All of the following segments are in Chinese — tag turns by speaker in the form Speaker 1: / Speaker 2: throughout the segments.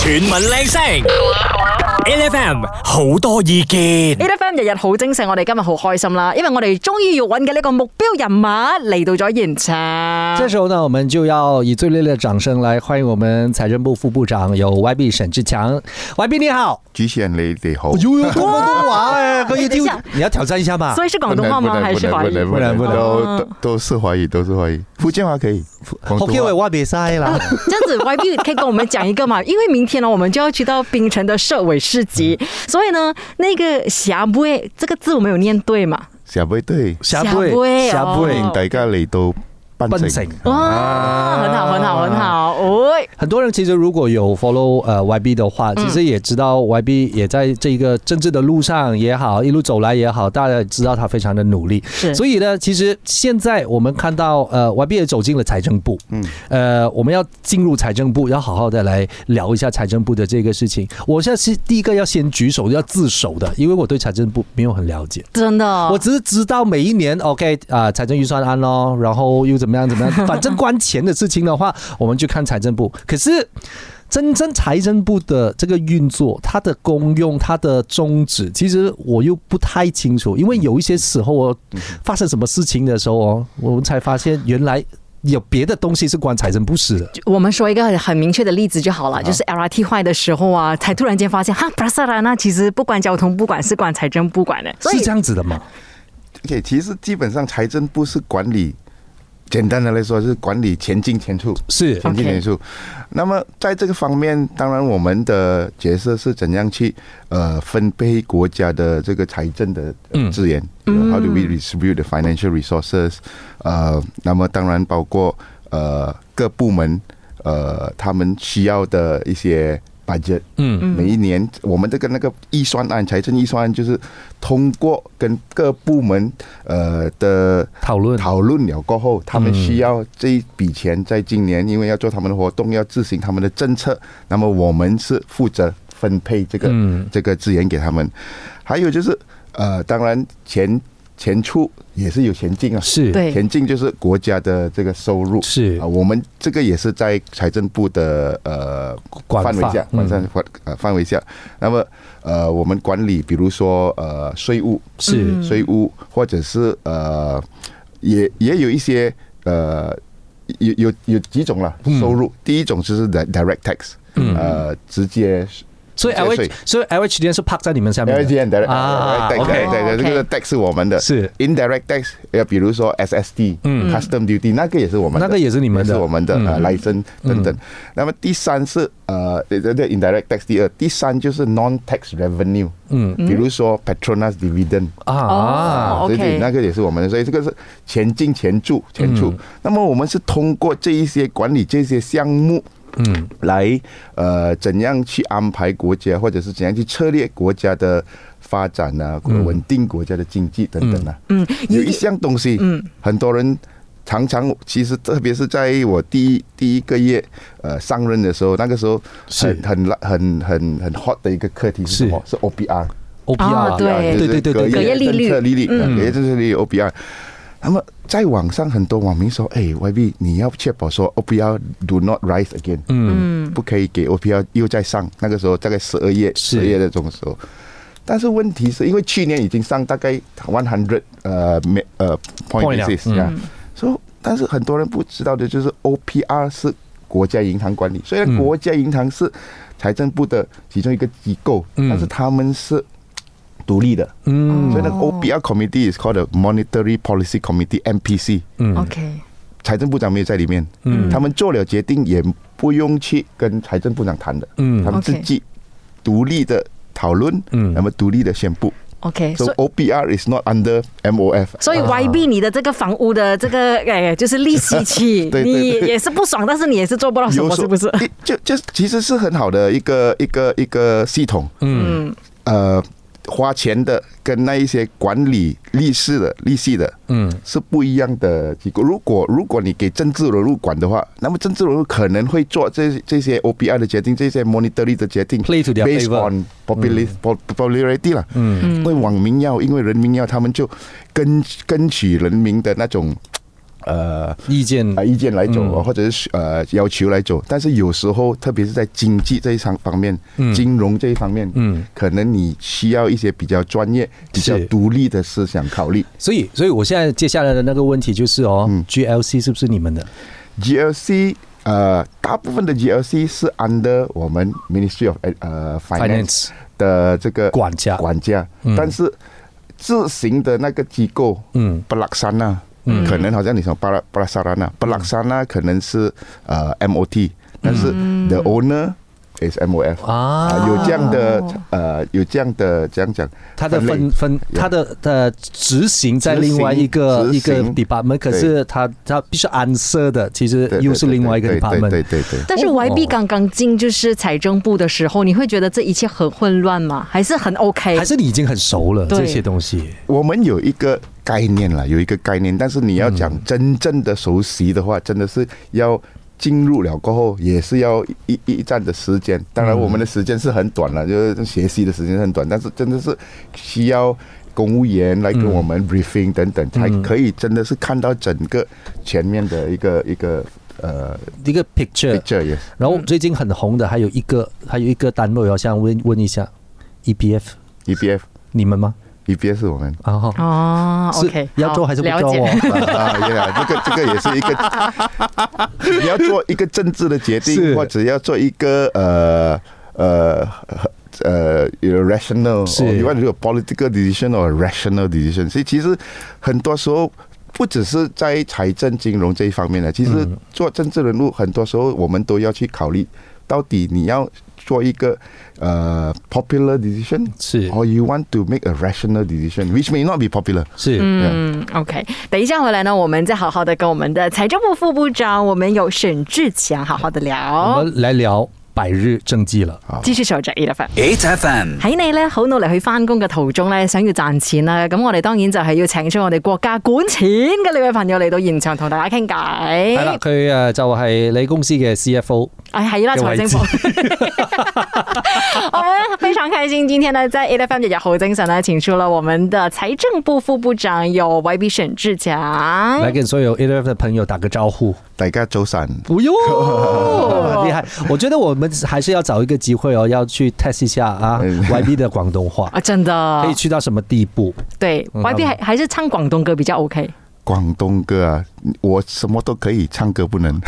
Speaker 1: 全民靚聲，L F M 好多意見
Speaker 2: A F M 日日好精神，我哋今日好開心啦，因為我哋終於要揾嘅呢個目標人物嚟到咗現場。
Speaker 3: 这时候呢，我们就要以最热烈的掌声来欢迎我们财政部副部长有 YB 沈志强，YB 你好，
Speaker 4: 主持人你哋好，
Speaker 3: 哦有有广东话哎，可以
Speaker 2: 等一下
Speaker 3: 你要挑战一下嘛？
Speaker 2: 所以是廣東話嗎？還是華 語？
Speaker 4: 不能
Speaker 3: 不能不
Speaker 4: 不
Speaker 3: 能
Speaker 4: 能，都都都是华语，都是华语，福建话可以，广东
Speaker 3: OK，
Speaker 4: 话
Speaker 3: 我挖比赛啦，
Speaker 2: 这样子 YB 可以跟我们讲一个嘛？因为明天呢，我們就要去到槟城的社委市集，所以呢，那個霞不會这個字我們有念對嘛？
Speaker 4: 成日對，
Speaker 3: 下
Speaker 2: 下杯哦
Speaker 3: 下
Speaker 4: 歡迎
Speaker 3: 杯，
Speaker 4: 大家嚟到
Speaker 3: 奔
Speaker 4: 槟
Speaker 3: 城
Speaker 4: 城。。
Speaker 2: 啊哇，很好，很好，很好，喂、
Speaker 3: 很多人其实如果有 follow 呃 YB 的话，其实也知道 YB 也在这一个政治的路上也好，一路走来也好，大家也知道他非常的努力。
Speaker 2: 是
Speaker 3: 所以呢，其实现在我们看到呃 YB 也走进了财政部，嗯，呃，我们要进入财政部，要好好的来聊一下财政部的这个事情。我现在是第一个要先举手要自首的，因为我对财政部没有很了解。
Speaker 2: 真的，
Speaker 3: 我只是知道每一年 OK 啊、财政预算案咯，然后又怎么样怎么样，反正关钱的事情的话，我们就看财政部。可是真正财政部的这个运作，它的功用、它的宗旨，其实我又不太清楚，因为有一些时候哦，发生什么事情的时候哦，我们才发现原来。有别的东西是关财政部事的，
Speaker 2: 我们说一个很很明确的例子就好了，就是 LRT 坏的时候啊，才突然间发现哈，布拉萨拉那其实不管交通不管，是管财政不管的，所
Speaker 3: 是
Speaker 2: 以
Speaker 3: 这样子的嘛？
Speaker 4: OK，其实基本上财政部是管理，简单的来说是管理前进前出，
Speaker 3: 是
Speaker 4: 前进
Speaker 2: OK
Speaker 4: 前出。那么在这个方面，当然我们的角色是怎样去呃分配国家的这个财政的
Speaker 3: 嗯
Speaker 4: 资源、呃 h o w do we distribute the financial resources？呃，那么当然包括呃各部门呃他们需要的一些 budget。
Speaker 3: 嗯
Speaker 4: 每一年我们这个那个预算案、财政预算案，就是通过跟各部门呃的
Speaker 3: 讨论
Speaker 4: 讨论了过后，他们需要这一笔钱在今年，因为要做他们的活动，要执行他们的政策，那么我们是负责分配这个、
Speaker 3: 嗯
Speaker 4: 这个资源给他们。还有就是呃，当然钱钱出也是有钱进啊，
Speaker 3: 是
Speaker 2: 对
Speaker 4: 前进就是国家的这个收入
Speaker 3: 是
Speaker 4: 啊，我们这个也是在财政部的呃
Speaker 3: 管
Speaker 4: 范围
Speaker 3: 法
Speaker 4: 下，
Speaker 3: 嗯
Speaker 4: 范范呃范围下。那么呃，我们管理比如说呃税务
Speaker 3: 是
Speaker 4: 税务，或者是呃也也有一些呃有有有几种啦
Speaker 3: 嗯
Speaker 4: 收入，第一种就是 di- direct tax，呃直接
Speaker 3: 所以
Speaker 4: 直接
Speaker 3: L
Speaker 4: 税
Speaker 3: H 所以 L H 今天是 park 在你们下面的
Speaker 4: direct and direct
Speaker 3: 啊
Speaker 4: direct tax，
Speaker 3: ，OK
Speaker 4: 对对对，这个 tax 是我们的，
Speaker 3: 是
Speaker 4: indirect tax，呃，比如说 SSD，嗯，custom duty 那个也是我们的，
Speaker 3: 那个也是你们的嗯
Speaker 4: 也是我们的呃 license 等等。那么第三是呃，对对对，indirect tax 第二，第三就是 non tax revenue，嗯，比如说 Petronas dividend。
Speaker 2: 哦
Speaker 3: 啊。
Speaker 4: 所以这
Speaker 2: OK
Speaker 4: 那个也是我们的，所以这个是前进前住前出。那么我们是通过这一些管理这些项目，嗯，来呃怎样去安排国家，或者是怎样去策略国家的发展啊，稳定国家的经济等等啊。嗯，有一项东西，嗯，很多人。常常，其实特别是在我第一第一个月，呃，上任的时候，那个时候
Speaker 3: 是
Speaker 4: 很很很很很 hot 的一个课题是什么？是 OPR。
Speaker 3: O P
Speaker 2: 啊
Speaker 3: R，
Speaker 2: 对
Speaker 3: 对对对对
Speaker 2: 隔夜利
Speaker 3: 对，
Speaker 2: 率嗯
Speaker 4: 政策利率，啊隔夜政策利率 OPR。那么在网上很多网民说，哎，YB 你要确保说 OPR do not rise again，嗯，不可以给 OPR 又再上。那个时候大概十二月、
Speaker 3: 是
Speaker 4: 十月的这种时候。但是问题是因为去年已经上大概 one hundred 呃每呃
Speaker 3: Point
Speaker 4: point
Speaker 3: 了嗯
Speaker 4: basis 啊，所以但是很多人不知道的就是 OPR 是国家银行管理，虽然国家银行是财政部的其中一个机构，但是他们是独立的，
Speaker 3: 嗯，
Speaker 4: 所以那个 OPR committee is called the Monetary Policy Committee MPC，
Speaker 2: OK，
Speaker 4: 财政部长没有在里面，嗯，他们做了决定也不用去跟财政部长谈的，
Speaker 3: 嗯
Speaker 4: 他们自
Speaker 2: OK
Speaker 4: 己独立的讨论，
Speaker 3: 嗯
Speaker 4: 那么独立的宣布。
Speaker 2: OK，
Speaker 4: So
Speaker 2: 所以
Speaker 4: OPR is not under MOF。
Speaker 2: 所以 YB 你的这个房屋的这个 哎，就是利息期，
Speaker 4: 对对
Speaker 2: 你
Speaker 4: 对
Speaker 2: 也是不爽，但是你也是做不到什么，
Speaker 4: 有时
Speaker 2: 是
Speaker 4: 候
Speaker 2: 不是？
Speaker 4: 一就就其实是很好的一个一个一个系统。
Speaker 3: 嗯
Speaker 4: 呃，花钱的跟那一些管理利息的利息的，
Speaker 3: 嗯，
Speaker 4: 是不一样的机构。如果如果你给政治人物管的话，那么政治人物可能会做这这些 OPI 的决定，这些 monetary 的决定
Speaker 3: Play to their
Speaker 4: based
Speaker 3: favour
Speaker 4: on popular
Speaker 2: 嗯
Speaker 4: popularity 啦。嗯，因为网民要，因为人民要，他们就跟跟取人民的那种。呃
Speaker 3: 意见嗯
Speaker 4: 啊、意见来走，或者是呃要求来走。但是有时候，特别是在经济这一方方面、金融这一方面，
Speaker 3: 嗯，
Speaker 4: 可能你需要一些比较专业、比较
Speaker 3: 是
Speaker 4: 独立的思想考虑。
Speaker 3: 所以，所以我现在接下来的那个问题就是哦、g
Speaker 4: 嗯
Speaker 3: l c 是不是你们的？
Speaker 4: GLC 呃，大部分的 GLC 是 under 我们 Ministry of 呃
Speaker 3: Finance
Speaker 4: Finance 的这个
Speaker 3: 管家
Speaker 4: 管家，但是自行的那个机构，
Speaker 3: 嗯，
Speaker 4: 巴拉山呐，可能好像你说巴拉巴拉萨拉纳，巴拉山呐可能是呃 MOT，但是 the owner is MOF
Speaker 3: 嗯啊
Speaker 4: 有这样的呃有这样的这样讲，
Speaker 3: 他的
Speaker 4: 类
Speaker 3: 分分，他的的执行在另外一个一
Speaker 4: 执行
Speaker 3: 个
Speaker 4: 执行
Speaker 3: department，可是他他必须安设的，其实
Speaker 4: 对对
Speaker 3: 又是另外一个
Speaker 4: 对对
Speaker 3: department。
Speaker 4: 对对对对。
Speaker 2: 但是 YB 刚刚进就是财政部的时候，你会觉得这一切很混乱吗？还是很 OK？
Speaker 3: 还是你已经很熟了
Speaker 2: 对
Speaker 3: 这些东西，
Speaker 4: 我们有一个概念了，有一个概念，但是你要讲真正的熟悉的话，真的是要进入了过后，也是要一一一站的时间。当然，我们的时间是很短了，就是学习的时间很短，但是真的是需要。公务员来跟我们 briefing 等等，才可以真的是看到整个全面的一个一个呃
Speaker 3: 一个 picture。
Speaker 4: picture 也是
Speaker 3: 然后最近很红的还有一个还有一个单位，我想问问一下，EPF
Speaker 4: EBF
Speaker 3: 你们吗？
Speaker 4: EBF 是我们
Speaker 3: 然后
Speaker 2: 哦
Speaker 3: 是
Speaker 2: ，OK，
Speaker 3: 要做
Speaker 2: 好
Speaker 3: 还是不
Speaker 2: 了
Speaker 3: 做
Speaker 2: 解
Speaker 3: 哦？
Speaker 4: 啊，原来这个这个也是一个， 你要做一个政治的决
Speaker 3: 是
Speaker 4: 定，或者要做一个呃呃呃有 rational，哦
Speaker 3: 是
Speaker 4: 另外有 political decision or rational decision，所以其实很多时候。不只是在财政金融这一方面呢，其
Speaker 3: 嗯
Speaker 4: 实做政治人物，很多时候我们都要去考虑，到底你要做一个呃 popular decision，
Speaker 3: 是
Speaker 4: or you want to make a rational decision，which may not be popular。
Speaker 3: 是，
Speaker 2: 嗯，OK，等一下回来呢，我们再好好的跟我们的财政部副部长，我们有沈志强好好的
Speaker 3: 我
Speaker 2: 聊。
Speaker 3: 们来聊百日政绩了。
Speaker 2: 继續守着 e f m
Speaker 1: ，H F M，
Speaker 2: 喺你咧好努力去翻工嘅途中咧，想要賺錢啦，咁我哋當然就係要請出我哋國家管錢嘅呢位朋友嚟到現場同大家傾偈。
Speaker 3: 系啦，佢诶就係你公司嘅 CFO。
Speaker 2: 哎，还依赖财政 部。 我们非常开心，今天呢，在 A F M 姐姐侯精神呢，请出了我们的财政部副部长有 Y B 沈志强
Speaker 3: 来。跟所有 A F 的朋友打个招呼。
Speaker 4: 大家早晨。
Speaker 3: 不 用，厉害！我觉得我们还是要找一个机会哦，要去 test 一下啊
Speaker 4: 嗯
Speaker 3: ，YB 的广东话
Speaker 2: 啊，真的
Speaker 3: 可以，去到什么地步？
Speaker 2: 对
Speaker 3: 嗯
Speaker 2: Y B 还还是唱广东歌比较 OK。
Speaker 4: 广东歌啊，我什么都可以，唱歌不能。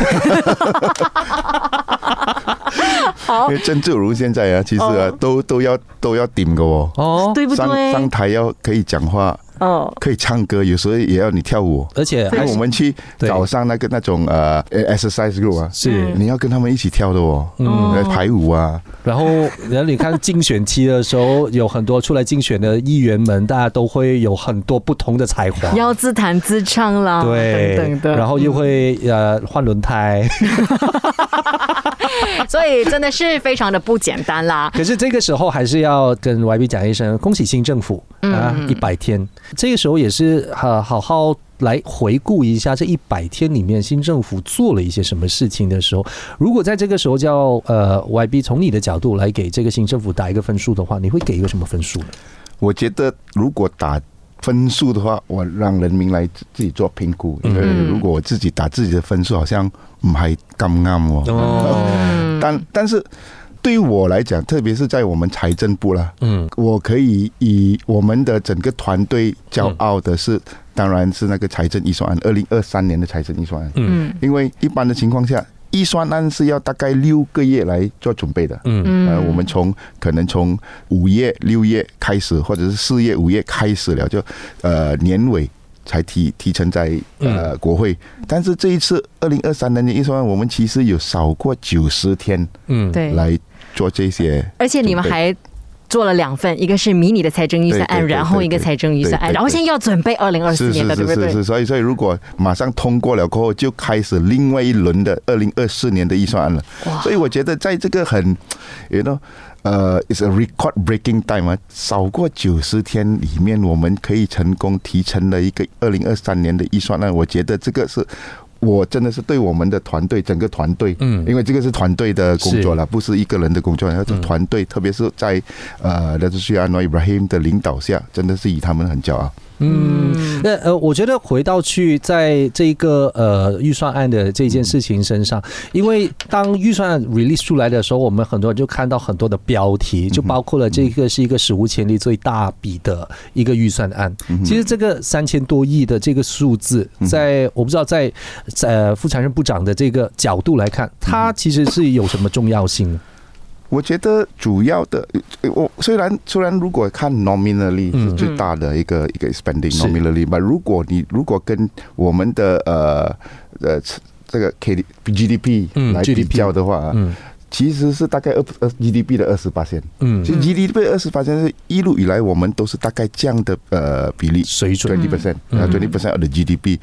Speaker 2: 好
Speaker 4: 因为郑志如现在啊，其实啊，都都要都要顶的哦。
Speaker 3: 哦，
Speaker 2: 哦对不
Speaker 4: 上上
Speaker 2: 对？
Speaker 4: 台要可以讲话，
Speaker 2: 哦，
Speaker 4: 可以唱歌，有时候也要你跳舞。
Speaker 3: 而且
Speaker 4: 还
Speaker 3: 还
Speaker 4: 有我
Speaker 3: 是
Speaker 4: 们去
Speaker 3: 对
Speaker 4: 早上那个那种呃呃 exercise group 啊，
Speaker 3: 是
Speaker 4: 你要跟他们一起跳的哦，
Speaker 2: 嗯
Speaker 4: 来排舞啊，
Speaker 3: 然后，然后你看竞选期的时候，有很多出来竞选的议员们，大家都会有很多不同的才华。
Speaker 2: 要自弹自唱啦，
Speaker 3: 对
Speaker 2: 啊等等，的。
Speaker 3: 然后又会呃换轮胎，
Speaker 2: 所以真的是非常的不简单啦。
Speaker 3: 可是这个时候还是要跟 YB 讲一声，恭喜新政府啊，一百天。这个时候也是呃好好来回顾一下这一百天里面新政府做了一些什么事情的时候，如果在这个时候叫呃 YB 从你的角度来给这个新政府打一个分数的话，你会给一个什么分数呢？
Speaker 4: 我觉得如果打分数的话，我让人民来自自己做评估，
Speaker 3: 嗯
Speaker 4: 因为如果我自己打自己的分数，好像唔系咁啱喎。
Speaker 3: 哦，
Speaker 4: 但但是对我来讲，特别是在我们财政部啦，
Speaker 3: 嗯，
Speaker 4: 我可以以我们的整个团队骄傲的是，当然是那个财政预算案，二零二三年的财政预算案。
Speaker 2: 嗯
Speaker 4: 因为一般的情况下，预算案是要大概六个月来做准备的。
Speaker 3: 嗯
Speaker 2: 嗯
Speaker 4: 呃，我们从可能从五月、六月开始，或者是四月、五月开始了，就呃年尾才提提成在呃国会。但是这一次二零二三年的预算案，我们其实有少过九十天
Speaker 3: 嗯，
Speaker 2: 对，
Speaker 4: 来做这些。
Speaker 2: 而且你们
Speaker 4: 准备
Speaker 2: 还做了两份，一个是迷你的财政预算
Speaker 4: 对
Speaker 2: 案，
Speaker 4: 对对
Speaker 2: 然后一个
Speaker 4: 对对
Speaker 2: 财政预算
Speaker 4: 对
Speaker 2: 案，
Speaker 4: 对
Speaker 2: 然后现在要准备二零二四年
Speaker 4: 是是
Speaker 2: 的，对
Speaker 4: 是
Speaker 2: 不
Speaker 4: 是
Speaker 2: 对？
Speaker 4: 是，所以所以如果马上通过了过后，就开始另外一轮的二零二四年的预算案了。所以我觉得在这个很，you know，呃、i t s a record breaking time 啊，少过九十天里面，我们可以成功提成了一个二零二三年的预算案，我觉得这个是。我真的是对我们的团队，整个团队，
Speaker 3: 嗯
Speaker 4: 因为这个是团队的工作了，不是一个人的工作，要是团队，特别是在呃，那就是安诺伊布拉希姆的领导下，真的是以他们很骄傲。
Speaker 3: 嗯，那呃，我觉得回到去在这一个呃预算案的这件事情身上，因为当预算案 release 出来的时候，我们很多人就看到很多的标题，就包括了这个是一个史无前例最大笔的一个预算案。其实这个三千多亿的这个数字，在我不知道在呃副财政部长的这个角度来看，它其实是有什么重要性呢？
Speaker 4: 我觉得主要的，呃我虽然虽然如果看 nominally 是最大的一个、一个 spending
Speaker 3: 嗯是
Speaker 4: nominally，吧，如果你如果跟我们的呃呃这个 K D GDP
Speaker 3: 嗯
Speaker 4: 来比
Speaker 3: GDP
Speaker 4: 较的话，
Speaker 3: 嗯
Speaker 4: 其实是大概二二 GDP 的二十八线。
Speaker 3: 嗯
Speaker 4: 其，实 GDP 二十八线是一路以来我们都是大概这样的呃比例。
Speaker 3: 水准
Speaker 4: twenty percent
Speaker 3: 嗯
Speaker 4: 啊，twenty percent 的 GDP，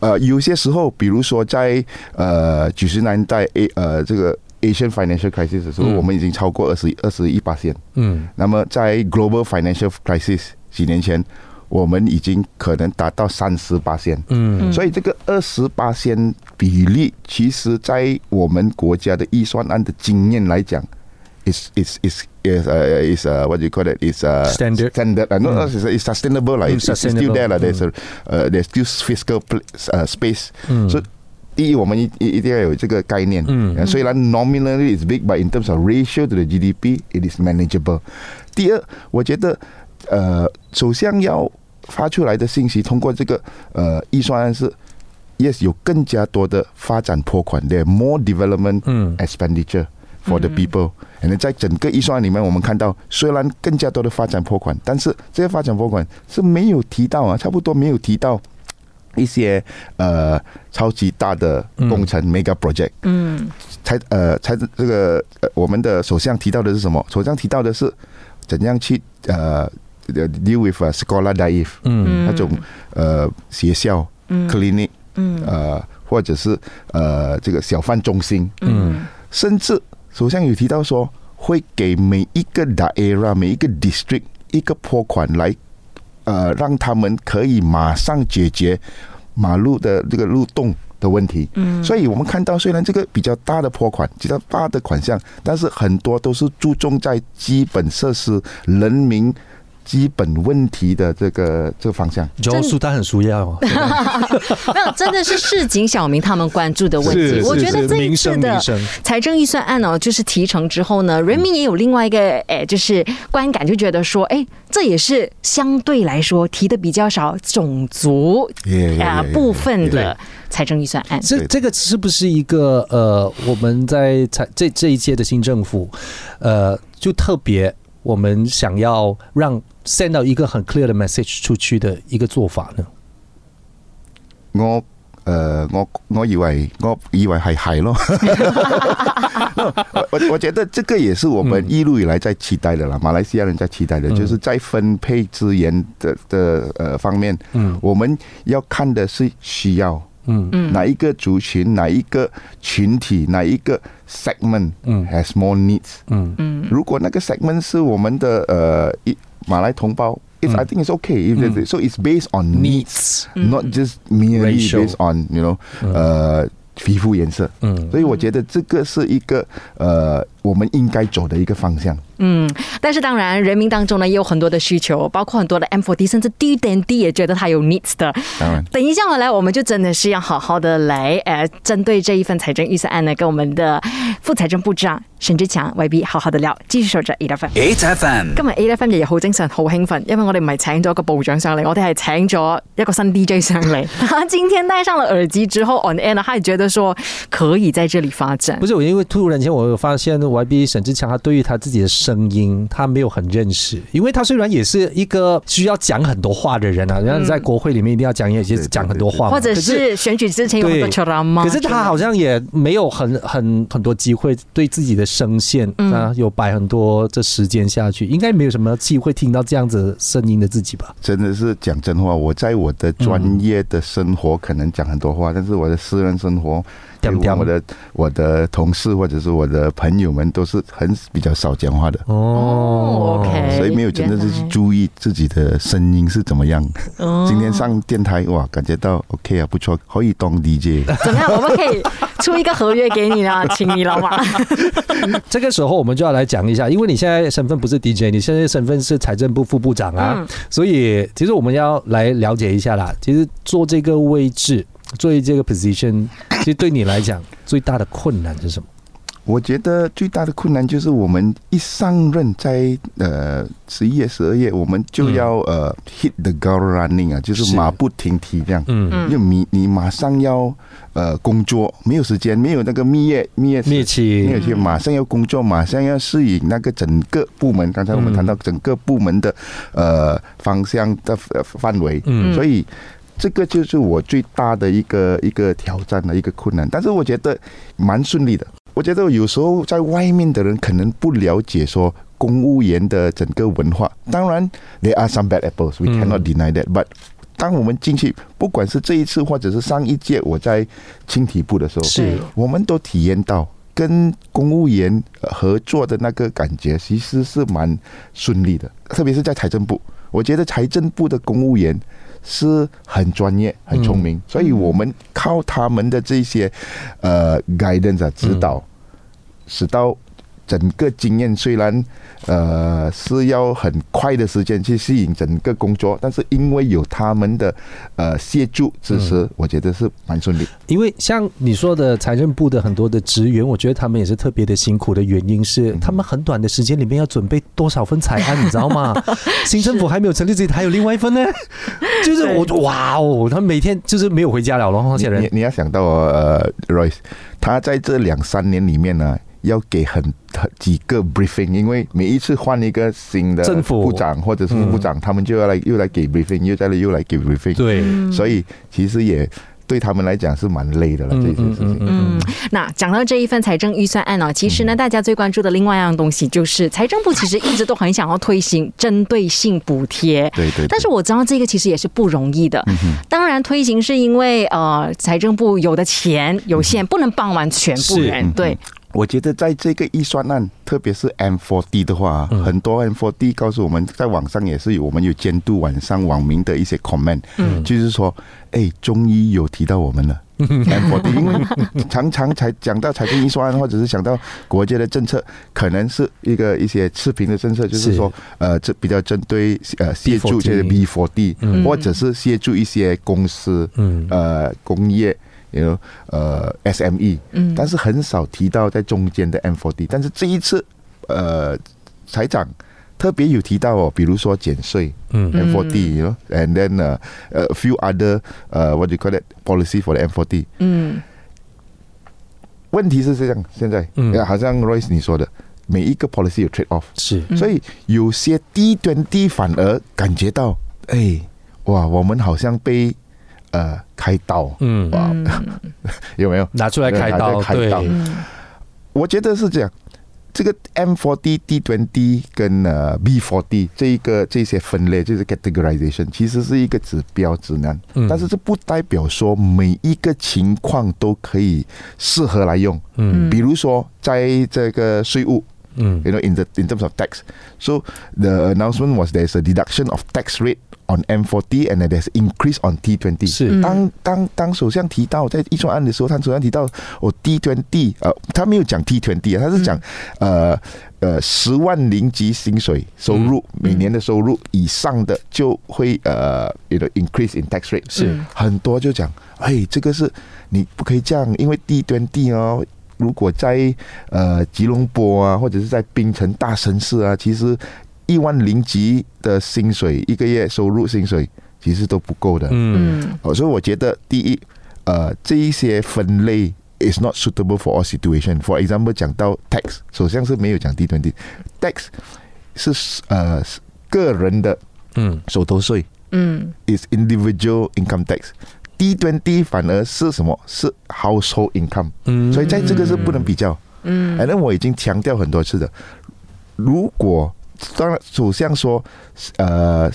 Speaker 4: 呃，有些时候，比如说在呃九十年代 A 呃这个 Asian financial crisis 的时候，
Speaker 3: 嗯
Speaker 4: 我们已经超过二十二十一八线。
Speaker 3: 嗯
Speaker 4: 那么在 global financial crisis 几年前，我们已经可能达到三十八线。
Speaker 3: 嗯
Speaker 4: 所以这个二十八线比例，其实在我们国家的预算案的经验来讲，is is is is 呃 is 呃 what do you call it is 呃
Speaker 3: Standard
Speaker 4: standard 啊 no is is sustainable 啦
Speaker 3: 嗯
Speaker 4: is is lah. still there 啦
Speaker 3: sustainable，
Speaker 4: there's a 呃 there's still fiscal pl- 呃 space
Speaker 3: 嗯
Speaker 4: 所以第一，我们一一一定要有这个概念。
Speaker 3: 嗯
Speaker 4: 啊，虽然 nominally is big，but in terms of ratio to the GDP, it is manageable。第二，我觉得呃，首相要发出来的信息，通过这个呃预算案是，yes，有更加多的发展拨款，there are more development
Speaker 3: 嗯
Speaker 4: expenditure for the people。And then 在整个预算案里面，我们看到虽然更加多的发展拨款，但是这些发展拨款是没有提到啊，差不多没有提到一些呃超级大的工程 mega project。
Speaker 2: 嗯
Speaker 4: 才呃才这个呃我们的首相提到的是什么？首相提到的是怎样去呃呃 deal with uh, scholar dive
Speaker 3: 嗯
Speaker 4: 那种呃学校、clinic
Speaker 2: 嗯
Speaker 4: 呃或者是呃这个小贩中心，
Speaker 3: 嗯
Speaker 4: 甚至首相有提到说会给每一个 daerah 每一个 district 一个拨款来，呃，让他们可以马上解决马路的这个路洞的问题。嗯，所以我们看到虽然这个比较大的拨款，比较大的款项，但是很多都是注重在基本设施、人民基本问题的这个这个方向。
Speaker 3: ，Joe 苏丹很熟要 哦。
Speaker 2: 没有，真的是市井小民他们关注的问题。
Speaker 3: 是
Speaker 2: 我觉
Speaker 3: 是
Speaker 2: 得
Speaker 3: 是
Speaker 2: 这一
Speaker 3: 民
Speaker 2: 次
Speaker 3: 生
Speaker 2: 的
Speaker 3: 民生
Speaker 2: 财政预算案哦，就是提成之后呢，人民也有另外一个诶、就是观感，就觉得说，哎，这也是相对来说提的比较少种族
Speaker 4: Yeah, yeah, yeah,
Speaker 2: 啊
Speaker 4: yeah, yeah.
Speaker 2: 部分的财政预算案。
Speaker 3: 这
Speaker 4: 对
Speaker 3: 这个是不是一个呃，我们在财这这一届的新政府，呃，就特别我们想要让 send 到一个很 clear 的 message 出去的一个做法呢？
Speaker 4: 我誒、呃我我以為我以為係係咯，我我我覺得這個也是我們
Speaker 3: 嗯
Speaker 4: 一路以來在期待的啦，馬來西亞人在期待的，就是在分配資源的的呃方面，
Speaker 3: 嗯
Speaker 4: 我們要看的是需要，
Speaker 3: 嗯
Speaker 4: 哪一個族群、哪一個群體、哪一個 segment
Speaker 3: 嗯
Speaker 4: has more needs，
Speaker 3: 嗯
Speaker 4: 如果那个 segment 是我们的呃一马来同胞，it's、I
Speaker 3: 嗯
Speaker 4: think it's okay，if they- so it's based on needs，not just merely
Speaker 3: Racial
Speaker 4: based on you know 呃皮肤颜色。
Speaker 3: 嗯
Speaker 4: 所以我觉得这个是一个呃我们应该走的一个方向。
Speaker 2: 嗯，但是当然，人民当中呢也有很多的需求，包括很多的 M4D，甚至 D 等 D 也觉得它有 needs 的。
Speaker 4: 当然
Speaker 2: 等一下回来，我们就真的是要好好的来，呃，针对这一份财政预算案呢，跟我们的副财政部长沈志强 YB 好好的聊。继续守着 A F M。
Speaker 1: ，H F M，
Speaker 2: 今日 A F M 日日好精神，好興奮，因為我哋唔係請咗個部長上嚟，我哋係請咗一個新 DJ 上 嚟。他今天戴上了耳機之後，on air 呢，他也覺得說可以在這裡發展
Speaker 3: 不。是我，因为突然间我有发现 YB 沈志强他对于他自己的声音他没有很认识，因为他虽然也是一个需要讲很多话的人啊，然后在国会里面一定要讲也也
Speaker 4: 对
Speaker 3: 讲很多话嘛，
Speaker 2: 嗯或者
Speaker 3: 可
Speaker 2: 是选举之前有很
Speaker 3: 对
Speaker 2: 哎多 c h a r a m
Speaker 3: 可是他好像也没有很很很多机会对自己的声线
Speaker 2: 嗯
Speaker 3: 啊有摆很多这时间下去，应该没有什么机会听到这样子声音的自己吧？
Speaker 4: 真的是讲真话，我在我的专业的生活可能讲很多话，但是我的私人生活，
Speaker 3: 讲
Speaker 4: 比如
Speaker 3: 讲
Speaker 4: 我的我的同事或者是我的朋友们都是很比较少讲话的。
Speaker 2: 哦，OK，
Speaker 4: 所以没有真的是去 注意自己的声音是怎么样。今天上电台哇，感觉到 OK 啊，不错，可以当 DJ。
Speaker 2: 怎么样？我们可以出一个合约给你啦，请你老马。
Speaker 3: 这个时候我们就要来讲一下，因为你现在身份不是 DJ，你现在身份是财政部副部长啊，
Speaker 2: 嗯
Speaker 3: 所以其实我们要来了解一下啦。其实做这个位置，做这个 position，其实对你来讲最大的困难是什么？
Speaker 4: 我觉得最大的困难就是我们一上任在呃十一月、十二月，我们就要、呃 hit the ground running 啊，就是
Speaker 3: 是
Speaker 4: 马不停蹄这样。
Speaker 3: 嗯，
Speaker 4: 因为你你马上要呃工作，没有时间，没有那个蜜月蜜月时
Speaker 3: 灭
Speaker 4: 没有
Speaker 3: 期，
Speaker 4: 去马上要工作，马上要适应那个整个部门。刚才我们
Speaker 3: 嗯
Speaker 4: 谈到整个部门的呃方向的呃范围，
Speaker 3: 嗯
Speaker 4: 所以这个就是我最大的一个一个挑战的一个困难。但是我觉得蛮顺利的。我觉得有时候在外面的人可能不了解说公务员的整个文化，当然 there are some bad apples we
Speaker 3: 嗯
Speaker 4: cannot deny that，but 当我们进去，不管是这一次或者是上一届我在青体部的时候，
Speaker 3: 是
Speaker 4: 我们都体验到跟公务员呃合作的那个感觉，其实是蛮顺利的，特别是在财政部，我觉得财政部的公务员。是很专业、很聪明，所以我们靠他们的这些呃 guidance 啊指导，使到整个经验虽然呃是要很快的时间去吸引整个工作，但是因为有他们的呃协助支持，我觉得是蛮顺利。
Speaker 3: 因为像你说的财政部的很多的职员，我觉得他们也是特别的辛苦的原因是，他们很短的时间里面要准备多少份财案，你知道吗？ 新政府还没有成立之前，还有另外一份呢，就是 我哇哦，他们每天就是没有回家了咯，那
Speaker 4: 你
Speaker 3: 些
Speaker 4: 你
Speaker 3: 人
Speaker 4: 你要想到呃，Royce，他在这两三年里面呢，要给很很几个 briefing，因为每一次换一个新的
Speaker 3: 政府
Speaker 4: 部长或者是副部
Speaker 2: 嗯
Speaker 4: 长，他们就要来又来给 briefing，又再来又来给 briefing，
Speaker 3: 对。
Speaker 4: 所以其实也对他们来讲是蛮累的了、这件事情。
Speaker 2: 嗯，那讲到这一份财政预算案呢、其
Speaker 4: 嗯
Speaker 2: 实呢，大家最关注的另外一样东西就是财政部其实一直都很想要推行针对性补贴。
Speaker 4: 对对对嗯
Speaker 2: 但是我知道这个其实也是不容易的。当然，推行是因为呃，财政部有的钱有
Speaker 4: 嗯
Speaker 2: 限，不能帮完全部
Speaker 3: 是
Speaker 2: 人。对，
Speaker 4: 我觉得在这个预算案，特别是 M4D 的话，很多 M4D 告诉我们在网上也是有我们有监督网上网民的一些 comment，、就是说，哎，终于有提到我们了。M4D，因为常常才讲到财政预算案，或者是讲到国家的政策，可能是一个一些持平的政策，就是说，呃，这比较针对呃协助这些 B 4 D，或者是协助一些公司，
Speaker 3: 嗯
Speaker 4: 呃，工业。you know，呃 SME，嗯，但是很少提到在中间的 M4D，但是这一次，呃，财长特别有提到哦，比如说减税，
Speaker 3: 嗯
Speaker 4: ，M4D，you know，and then 呃、呃 a few other 呃、what do you call that policy for the M4D，
Speaker 2: 嗯，
Speaker 4: 问题是这样，现在，
Speaker 3: 嗯
Speaker 4: 好像 Royce 你说的，每一个 policy 有 trade off，
Speaker 3: 是，
Speaker 4: 所以有些低端低反而感觉到，哎，哇，我们好像被呃开刀，
Speaker 3: 嗯，
Speaker 4: 哇， 有没有？
Speaker 3: 拿出来开刀，
Speaker 4: 拿出来
Speaker 3: 对
Speaker 4: 开，刀我觉得是这样。这个 M 4 D、D 2 D 跟呃 B 4 D 这一个这些分类，就是 categorization，其实是一个指标指南，
Speaker 3: 嗯
Speaker 4: 但是这不代表说每一个情况都可以适合来用。
Speaker 3: 嗯
Speaker 4: 比如说在这个税务，
Speaker 3: 嗯
Speaker 4: you know, in the in terms of tax. So the announcement was there's a deduction of tax rate on M40 and then there's increase on T20.
Speaker 3: 是
Speaker 4: 当当当首相提到在预算案的时候，他首相提到哦 T20，呃，他没有讲 T20 啊，他是讲、呃呃十万零级薪水收入、
Speaker 3: 嗯
Speaker 4: 每年的收入以上的就会呃，you know increase in tax rate。
Speaker 3: 是
Speaker 4: 很多就讲，哎，这个是你不可以这样，因为低端地哦。如果在呃吉隆坡啊，或者是在槟城大城市啊，其实一万零级的薪水一个月收入薪水其实都不够的。
Speaker 3: 嗯
Speaker 2: 嗯
Speaker 4: 哦，所以我觉得第一，呃，这一些分类 is not suitable for all situation. For example，讲到 tax，首先是没有讲低端地，tax 是呃个人的
Speaker 3: 嗯
Speaker 4: 手头税。
Speaker 2: 嗯
Speaker 4: is individual income tax。低端低反而是什么？是 household income，、
Speaker 3: 嗯
Speaker 4: 所以在这个是不能比较。嗯，反正我已经强调很多次的，如果当然首相说，呃，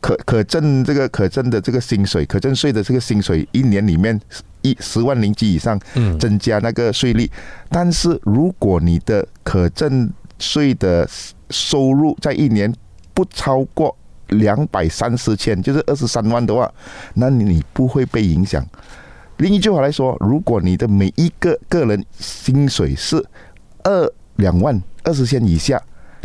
Speaker 4: 可可挣这个可挣的这个薪水，可挣税的这个薪水，一年里面一十万零几以上，
Speaker 3: 嗯
Speaker 4: 增加那个税率。但是如果你的可征税的收入在一年不超过两百三十千，就是二十三万的话，那你不会被影响。另一句话来说，如果你的每一个个人薪水是二两万二十千以下，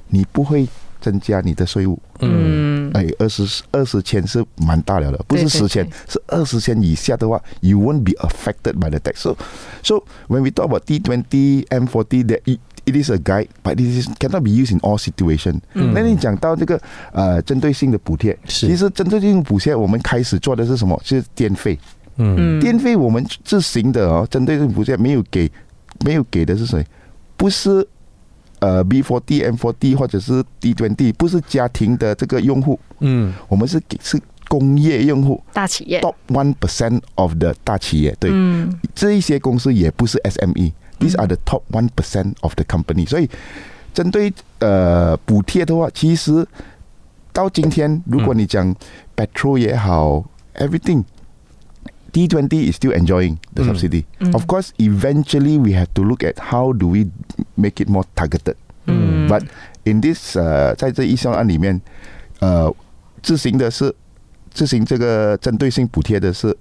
Speaker 4: 你不会增加你的税务。
Speaker 2: 嗯，
Speaker 4: 哎，二十二十千是蛮大了的，不是
Speaker 2: 对对
Speaker 4: 十千
Speaker 2: 对，
Speaker 4: 是二十千以下的话，you won't be affected by the tax. So, so when we talk about T twenty M forty, that it it is a guide, but it is cannot be used in all situation.
Speaker 2: Mm.
Speaker 4: 那你讲到这个呃针对性的补贴，
Speaker 3: 是
Speaker 4: 其实针对性补贴，我们开始做的是什么？是电费。
Speaker 3: 嗯
Speaker 4: 电费我们自行的哦，针对性补贴没有给，没有给的是谁？不是呃 B f o r t M f o r t 或者是 D twenty，不是家庭的这个用户，
Speaker 3: 嗯
Speaker 4: 我们是给是工业用户
Speaker 2: 大企业，
Speaker 4: top one percent of the 大企业，对，
Speaker 2: 嗯
Speaker 4: 这一些公司也不是 SME，these are the top one percent of the company。所以，针对呃补贴的话，其实到今天，如果你讲 petrol 也好，everything。D20 is still enjoying the
Speaker 3: 嗯
Speaker 4: subsidy.
Speaker 2: 嗯
Speaker 4: Of course, eventually we have to look at how do we make it more targeted.
Speaker 2: 嗯
Speaker 4: But in this 呃，在这一项案里面，呃，执行的是执行这个针对性补贴的是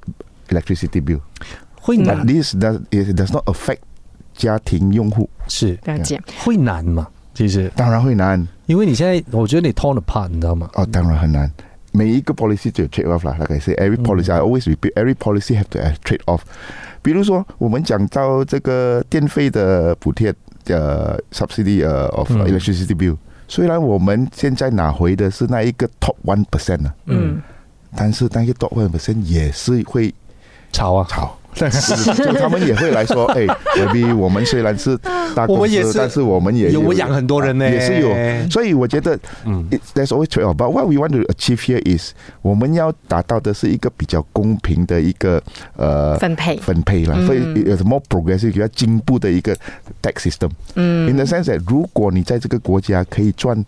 Speaker 4: electricity bill。
Speaker 3: 会
Speaker 4: But
Speaker 3: 难
Speaker 4: this does it does not affect 家庭用户，
Speaker 3: 是
Speaker 2: 了解。
Speaker 3: 会难嘛？其实，
Speaker 4: 当然会难
Speaker 3: 因为你现在我觉得你 torn apart，你知道吗？
Speaker 4: 哦，当然很难。每一个 policy 都有 trade off 啦，like I say every policy、I always repeat every policy have to have trade off。比如说我们讲到这个电费的补贴呃 subsidy 呃 of
Speaker 3: 嗯
Speaker 4: electricity bill，、虽然我们现在拿回的是那一个 top one percent 啊，
Speaker 2: 嗯，
Speaker 4: 但是那个 top one percent 也是会
Speaker 3: 吵啊！
Speaker 4: 吵。就他们也会 来说，哎 b a 我们虽然是大
Speaker 3: 我
Speaker 4: 公
Speaker 3: 们也
Speaker 4: 司，
Speaker 3: 是
Speaker 4: 但是我们也啊
Speaker 3: 有我养很多人呢
Speaker 4: 也是有。所以我觉得，
Speaker 3: 嗯
Speaker 4: 嗯，there's always trade off。But what we want to achieve here is，我们要达到的是一个比较公平的一个呃
Speaker 2: 分配，嗯
Speaker 4: 分配啦，所以有什么 progressive 比较进步的一个 tax system。
Speaker 2: 嗯
Speaker 4: In the sense that，如果你在这个国家可以赚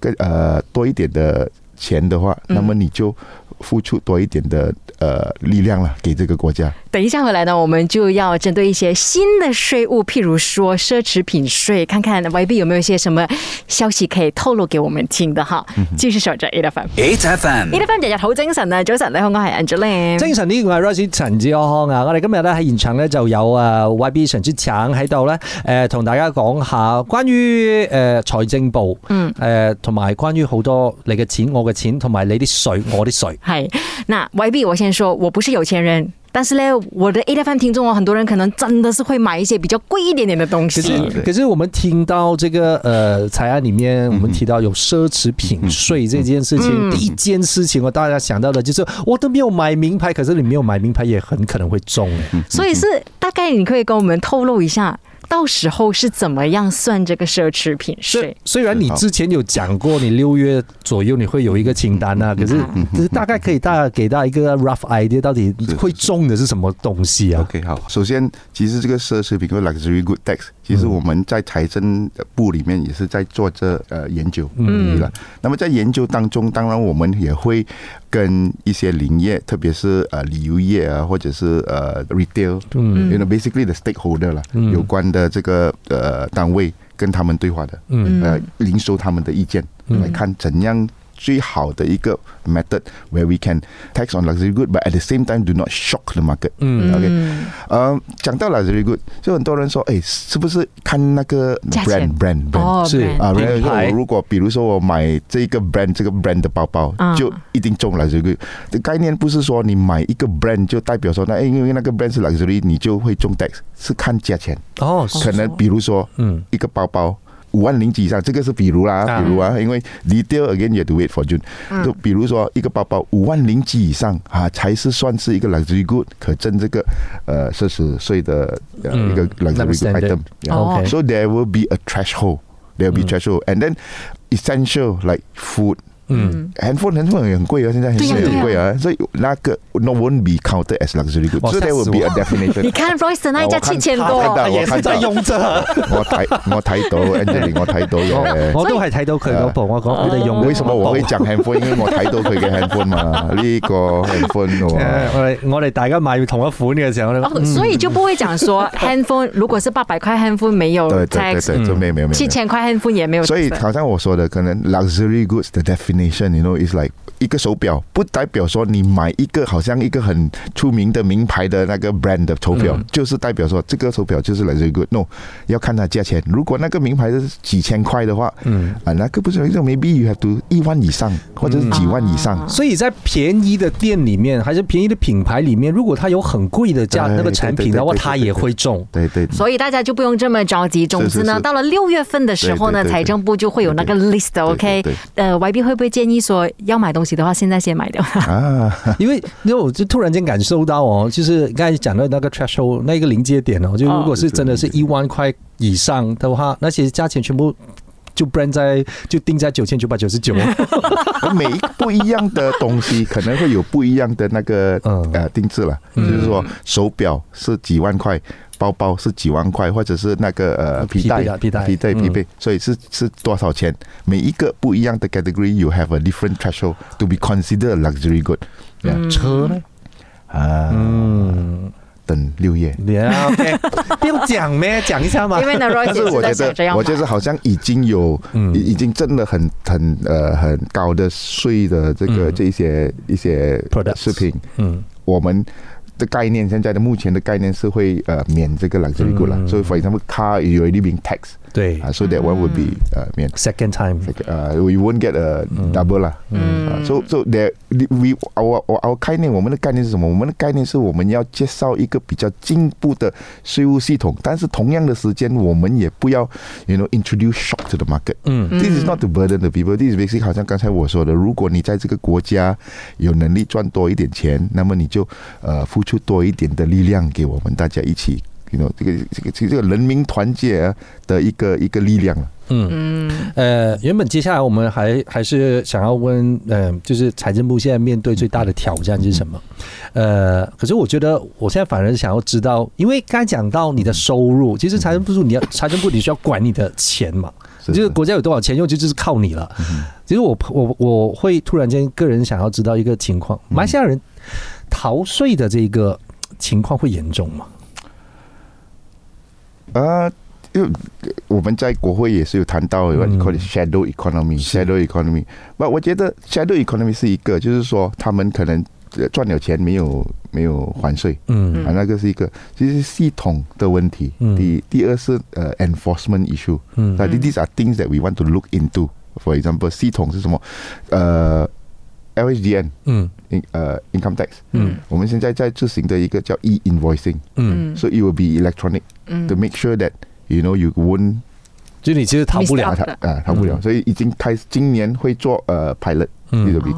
Speaker 4: 更呃多一点的钱的话，
Speaker 2: 嗯
Speaker 4: 那么你就付出多一点的呃力量了给这个国家。
Speaker 2: 等一下回来呢，我们就要针对一些新的税务，譬如说奢侈品税，看看 YB 有没有一些什么消息可以透露给我们听的哈。继续守着 A F M。
Speaker 1: H F M，
Speaker 2: A F M 日日好精神啊！早晨，你好，我係 Angeline。
Speaker 3: 精神啲，我係 Rosie 陳志康啊！我哋今日咧喺現場咧就有啊 YB 陳志橙喺度咧，誒、同大家講下關於誒、呃、財政部，
Speaker 2: 嗯
Speaker 3: 誒同埋關於好多你嘅錢、我嘅錢，同埋你啲税、我啲税。
Speaker 2: 嗨，那 YB，我先说，我不是有钱人。但是呢，我的 A F M 听众哦，很多人可能真的是会买一些比较贵一点点的东
Speaker 3: 可
Speaker 2: 西。
Speaker 3: 是，可是我们听到这个呃财案里面，我们提到有奢侈品税这件事情，第一件事情我大家想到的就是我都没有买名牌，可是你没有买名牌也很可能会中。
Speaker 2: 所以是大概你可以跟我们透露一下，到时候是怎么样算这个奢侈品
Speaker 3: 虽
Speaker 2: 税？
Speaker 3: 虽然你之前有讲过，你六月左右你会有一个清单啊，可是可是大概可以大家给大家一个 rough idea，到底会中的是什么东西啊？
Speaker 4: OK，好。嗯首先，其实这个奢侈品和 luxury good tax，其实我们在财政部里面也是在做这呃研究，嗯了。那么在研究当中，当然我们也会跟一些林业，特别是呃旅游业啊，或者是呃 retail，嗯，you 嗯 know basically the stakeholder 啦，有关的这个呃单位跟他们对话的，嗯，呃，零售他们的意见，
Speaker 3: 嗯
Speaker 4: 来看怎样。最好的一个 method where we can tax on luxury good, but at the same time do not shock the market.
Speaker 3: 嗯
Speaker 4: OK，呃，讲到 luxury good，就很多人说，哎，是不是看那个
Speaker 2: 价钱
Speaker 4: brand brand brand？
Speaker 2: 哦，
Speaker 3: 是
Speaker 2: brand
Speaker 4: 啊，
Speaker 3: 品
Speaker 4: 没有，就
Speaker 3: 牌
Speaker 4: 我如果比如说我买这个 brand 这个 brand 的包包，
Speaker 2: 啊
Speaker 4: 就一定中 luxury good。这概念不是说你买一个 brand 就代表说，那哎因为那个 brand 是 luxury，你就会中 tax，是看价钱。
Speaker 3: 哦，
Speaker 4: 可能比如说，
Speaker 3: 嗯
Speaker 4: 嗯，一个包包五万零几以上，这个是比如啦，
Speaker 3: 啊
Speaker 4: 比如啊，因为 detail again you have to wait for June。就
Speaker 2: 嗯
Speaker 4: 比如说一个包包五万零几以上啊，才是算是一个 luxury good，可征这个呃奢侈税的呃
Speaker 3: 嗯
Speaker 4: 一个 luxury good
Speaker 3: understand
Speaker 4: item。
Speaker 2: 哦
Speaker 4: Yeah. So there will be a threshold.
Speaker 3: Mm
Speaker 4: There will be threshold, and then essential like food.
Speaker 3: 嗯
Speaker 4: handphone 很很很贵啊，现在 handphone
Speaker 2: 对呀
Speaker 4: 很贵啊，所以那个 no won't be counted as luxury good.
Speaker 3: 哇
Speaker 4: So there
Speaker 3: 哦吓死
Speaker 4: will be a
Speaker 3: 我
Speaker 4: definition.
Speaker 2: 你看 Royce 的那一家
Speaker 4: 我看
Speaker 2: 七千
Speaker 4: 我看
Speaker 2: 多
Speaker 4: 到，
Speaker 3: 也是在用着，
Speaker 4: 我睇我睇到 Angeline，我睇到嘅。
Speaker 3: 我都係睇到佢嗰部，我講你哋用
Speaker 4: 為什麼我會講 handphone？因為我睇到佢 嘅 handphone 嘛，呢個 handphone
Speaker 3: 誒
Speaker 4: 喎。
Speaker 3: 我哋我哋大家買同一款嘅時候咧，
Speaker 4: 嗯
Speaker 2: 哦，所以就不会讲说 handphone 如果是八百块 handphone 没有
Speaker 4: 對對對
Speaker 2: tax，
Speaker 3: 嗯
Speaker 4: 對，就沒有沒有沒有
Speaker 2: 七千块 handphone 也没有 tax。
Speaker 4: 所以好像我說的，可能 luxury goods 的 definition，you know is like 一个手表，不代表说你买一个好像一个很出名的名牌的那个 brand 的手
Speaker 3: 嗯
Speaker 4: 表，就是代表说这个手表就是 luxury good。No，要看它价钱。如果那个名牌是几千块的话，嗯啊，那个不是就 maybe you have to 一万以上，或
Speaker 3: 嗯
Speaker 4: 者是几万以上。
Speaker 3: 所以在便宜的店里面，还是便宜的品牌里面，如果它有很贵的价
Speaker 4: 对
Speaker 3: 那个产
Speaker 4: 对
Speaker 3: 品
Speaker 4: 对
Speaker 3: 的话，
Speaker 4: 对对
Speaker 3: 它也会中。
Speaker 4: 对对，
Speaker 2: 所以大家就不用这么着急。总之
Speaker 4: 是
Speaker 2: 呢，
Speaker 4: 是
Speaker 2: 到了六月份的时候呢，
Speaker 4: 对对对对
Speaker 2: 财政部就会有那个 list，OK？
Speaker 4: 对对对
Speaker 2: 呃，YB 会不会建议说要买东西的话，现在先买 掉？
Speaker 4: 啊，
Speaker 3: 因为因为我就突然间感受到哦，就是刚才讲到那个 threshold 那个临界点哦，就如果是真的是一万块以上的话，那些价钱全部就 brand 在就定在九千九百九 十九。
Speaker 4: 每一个不一样的东西可能会有不一样的那个
Speaker 3: 嗯
Speaker 4: 呃定制了，就是说手表是几万块，包包是几万块，或者是那个呃
Speaker 3: 皮
Speaker 4: 皮带
Speaker 3: 带啊皮带
Speaker 4: 皮带
Speaker 3: 嗯
Speaker 4: 皮带，所以是是多少钱？每一个不一样的 category，you have a different threshold to be considered luxury good
Speaker 3: 车呢？
Speaker 4: 啊。
Speaker 3: 嗯，
Speaker 4: 等六月。
Speaker 3: 对啊，OK，不用讲咩，讲一下嘛
Speaker 2: 因。为呢，Roy
Speaker 4: 但
Speaker 2: 姐
Speaker 4: 是我
Speaker 2: 在
Speaker 4: 觉
Speaker 2: 想着要买
Speaker 4: 得，我觉得好像已经有，
Speaker 3: 嗯
Speaker 4: 已已经挣了很很呃很高的税的这个、
Speaker 3: 嗯
Speaker 4: 这一些一些
Speaker 3: Products
Speaker 4: 饰品，
Speaker 3: 嗯
Speaker 4: 我们的概念，现在的目前的概念是会呃免这个 luxury good 了，
Speaker 3: 嗯
Speaker 4: 所以 for example car you already being taxed
Speaker 3: 对
Speaker 4: 啊，so that one would be 呃免。
Speaker 3: ，second time，
Speaker 4: Like, uh, we won't get a double 啦。嗯、s o so there we our our our 概念，我们的概念是什么？我们的概念是我们要介绍一个比较进步的税务系统，但是同样的时间，我们也不要，you know introduce shock to the market。
Speaker 3: 嗯
Speaker 4: This is not to burden the people. This is basically 好像刚才我说的，如果你在这个国家有能力赚多一点钱，那么你就呃付出多一点的力量给我们大家一起，you know 这个这个这个人民团结的一个一个力量了。
Speaker 3: 呃，原本接下来我们还还是想要问，呃，就是财政部现在面对最大的挑战是什么？呃，可是我觉得我现在反而想要知道，因为刚才讲到你的收入，其实财政部你要财政部你需要管你的钱嘛，
Speaker 4: 是
Speaker 3: 就是
Speaker 4: 是
Speaker 3: 国家有多少钱用，就就是靠你了。其实我我我会突然间个人想要知道一个情况，马来西亚人逃税的这个情况会严重吗？
Speaker 4: 啊，因为我们在国会也是有谈到 what you call
Speaker 3: 嗯
Speaker 4: it shadow economy，shadow economy。不，我觉得 shadow economy 是一个，就是说他们可能呃赚了钱没有没有还税。
Speaker 3: 嗯
Speaker 4: 啊，那个是一个，其实系统的问题。
Speaker 3: 嗯
Speaker 4: 第第二是呃 enforcement issue。
Speaker 3: 嗯
Speaker 4: 那 these are things that we want to look into. For example，系统是什么？呃，LHDN，
Speaker 3: 嗯
Speaker 4: in- 呃 income tax。
Speaker 3: 嗯
Speaker 4: 我们现在在执行的一个叫 e invoicing，
Speaker 3: 嗯，
Speaker 4: so it will be electronic to make sure that you know you won't ha- ah,
Speaker 3: 就你其实逃不了
Speaker 2: Miss
Speaker 3: 它。
Speaker 4: 他
Speaker 2: Doctor
Speaker 4: 啊，他不了，
Speaker 3: 嗯
Speaker 4: 所以已经开始今年会做呃 uh, pilot，
Speaker 3: 嗯
Speaker 4: 就比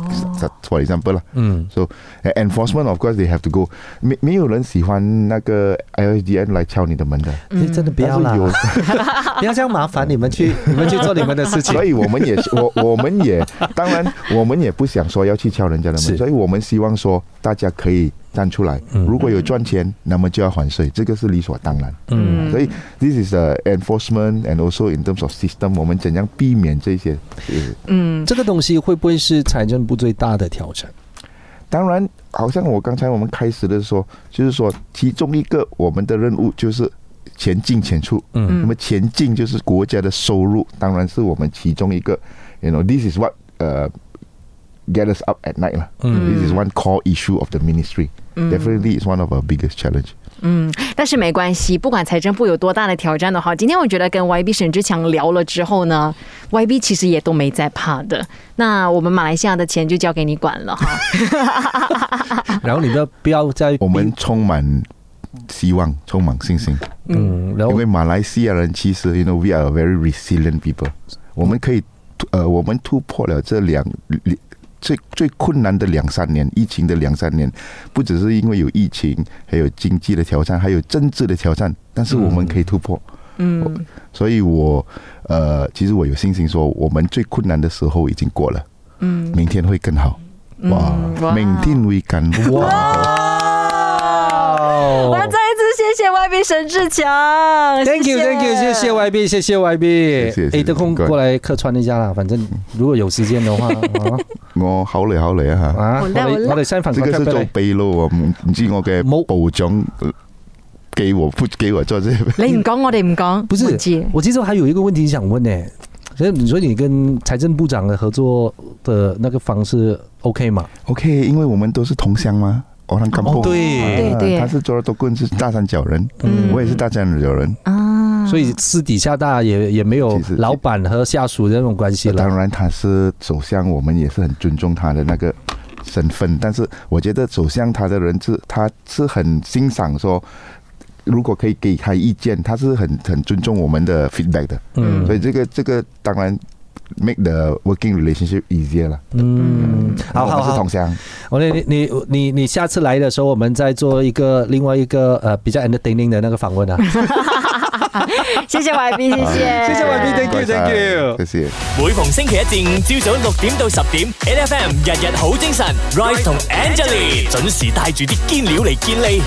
Speaker 4: for example 啦。
Speaker 3: 嗯
Speaker 4: So uh, enforcement of course they have to go，没没有人喜欢那个 ISDN 来敲你的门的，
Speaker 3: 你真的不
Speaker 4: 但
Speaker 3: 要
Speaker 4: 是
Speaker 3: 啦。
Speaker 4: 有，
Speaker 3: 不要这样麻烦你们去，你们去做你们的事情
Speaker 4: 所。以我们也我 我们也当然我们也不想说要去敲人家的
Speaker 3: 是
Speaker 4: 门，所以我们希望说大家可以站出来，如果有赚钱，那么就要还税，这个是理所当然。
Speaker 3: 嗯，
Speaker 4: 所以 this is the enforcement and also in terms of system，我们怎样避免这些。呃
Speaker 3: 这个东西会不会是财政部最大的挑战？
Speaker 4: 当然，好像我刚才我们开始的时候，就是说，其中一个我们的任务就是前进前出。
Speaker 3: 嗯
Speaker 4: 那么前进就是国家的收入，当然是我们其中一个。You know, this is what 呃、get us up at night 啦。
Speaker 3: 嗯
Speaker 4: This is one core issue of the ministry. Definitely, is one of our biggest challenge.
Speaker 2: 但是没关系，不管财政部有多大的挑战的话，今天我觉得跟 YB 沈志强聊了之后呢，YB 其实也都没在怕的。那我们马来西亚的钱就交给你管了哈。
Speaker 4: 嗯
Speaker 3: 然后你们不要再
Speaker 4: 我们充满希望，充满信心。
Speaker 3: 嗯，然
Speaker 4: 因
Speaker 3: 后
Speaker 4: 为马来西亚人其实，you know we are a very resilient people，我们可以突呃，我们突破了这两两最最困难的两三年，疫情的两三年，不只是因为有疫情，还有经济的挑战，还有政治的挑战，但是我们可以突破。嗯，所以我呃，其实我有信心说，我们最困难的时候已经过了，嗯，明天会更好。哇，
Speaker 2: 哇
Speaker 4: 明天会更好。
Speaker 3: 啊
Speaker 2: 我
Speaker 3: 哇
Speaker 2: 要再一次谢谢 YB 沈志强
Speaker 3: 哦，Thank you，Thank you，谢谢。YB，谢谢 YB，
Speaker 4: 谢谢
Speaker 3: 哎，得空
Speaker 4: 谢谢
Speaker 3: 过来客串一下啦，反正如果有时间 的话啊
Speaker 4: 我好累好累啊吓。
Speaker 3: 啊，
Speaker 2: 好
Speaker 3: 我
Speaker 2: 啦好
Speaker 3: 哋
Speaker 2: 啦
Speaker 3: 我哋新份
Speaker 4: 呢個是做秘撈喎，唔唔知我嘅
Speaker 3: 冇
Speaker 4: 部長寄和 put 寄和咗啫。
Speaker 2: 你唔讲我哋唔讲，
Speaker 3: 不
Speaker 2: 我
Speaker 3: 是
Speaker 2: 知，
Speaker 3: 我其实还有一个问题想问呢，所以你说你跟财政部长的合作的那个方式 OK 吗？
Speaker 4: OK，因为我们都是同乡嘛，我让干部。
Speaker 3: 哦
Speaker 4: 呃
Speaker 3: 对
Speaker 2: 对对
Speaker 4: 他是做了多棍是大三角人，
Speaker 2: 嗯
Speaker 4: 我也是大三角人，呃
Speaker 2: 啊，
Speaker 3: 所以私底下大家也也没有
Speaker 4: 其实
Speaker 3: 老板和下属的那种关系了。
Speaker 4: 当然他是首相，我们也是很尊重他的那个身份。但是我觉得首相他的人是，他是很欣赏说，如果可以给他意见，他是很很尊重我们的 feedback 的。
Speaker 3: 嗯
Speaker 4: 所以这个这个当然 make the working relationship easier 了。
Speaker 3: 嗯，好
Speaker 4: 我
Speaker 3: 好
Speaker 4: 们是
Speaker 3: 好
Speaker 4: 同，乡，
Speaker 3: 我你你你你下次来的时候，我们再做一个另外一个呃比较 entertaining 的那个访问啊。
Speaker 2: 谢谢 YB，谢谢，
Speaker 3: 谢谢 YB thank you，thank you
Speaker 4: 谢谢。
Speaker 1: 每逢星期一至五朝早六點到十點，N F M 日日好精神，Rise 同 Angelie 準時帶住啲堅料嚟健利。